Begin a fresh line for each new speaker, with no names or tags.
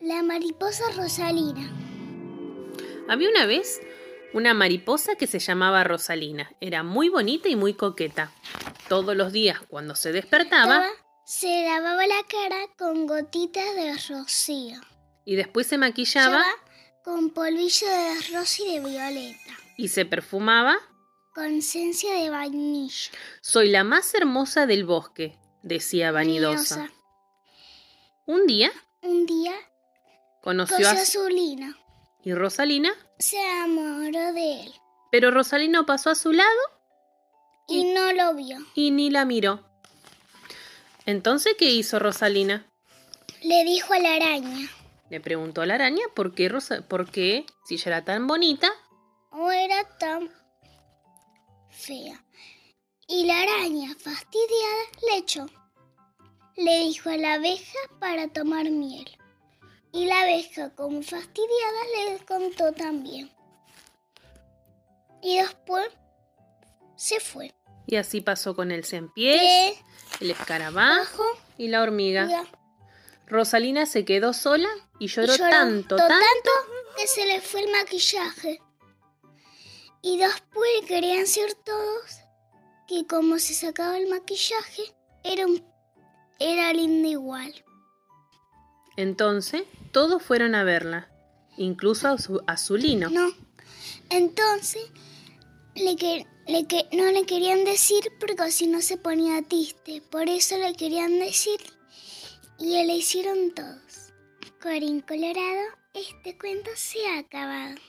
La mariposa Rosalina.
Había una vez una mariposa que se llamaba Rosalina. Era muy bonita y muy coqueta. Todos los días, cuando se despertaba,
Se lavaba la cara con gotitas de rocío.
y después se maquillaba
Con polvillo de rosa y de violeta.
y se perfumaba,
Con esencia de vainilla.
soy la más hermosa del bosque, decía vanidosa.
Vanidosa.
Un día
Un día
conoció a
cosió a Zulina.
y Rosalina,
Se enamoró de él.
pero Rosalina pasó a su lado
Y no lo vio.
y ni la miró. Entonces, ¿qué hizo Rosalina?
Le dijo a la araña.
Le preguntó a la araña por qué, Rosa- por qué, si ella era tan bonita,
o era tan fea. Y la araña, fastidiada, le echó. Le dijo a la abeja para tomar miel. Y la abeja, como fastidiada, le contó también. Y después se fue.
y así pasó con el ciempiés,
¿Qué?
el escarabajo
Ajo,
y la hormiga.
ya.
Rosalina se quedó sola y lloró,
Y lloró
tanto, tan-
que se le fue el maquillaje. Y después querían ser todos que como se sacaba el maquillaje, era, un- era linda igual.
Entonces, todos fueron a verla, incluso a, su, a Zulino.
No. Entonces, le que, le que, no le querían decir porque si no se ponía triste. Por eso le querían decir y le hicieron todos. Corín Colorado, este cuento se ha acabado.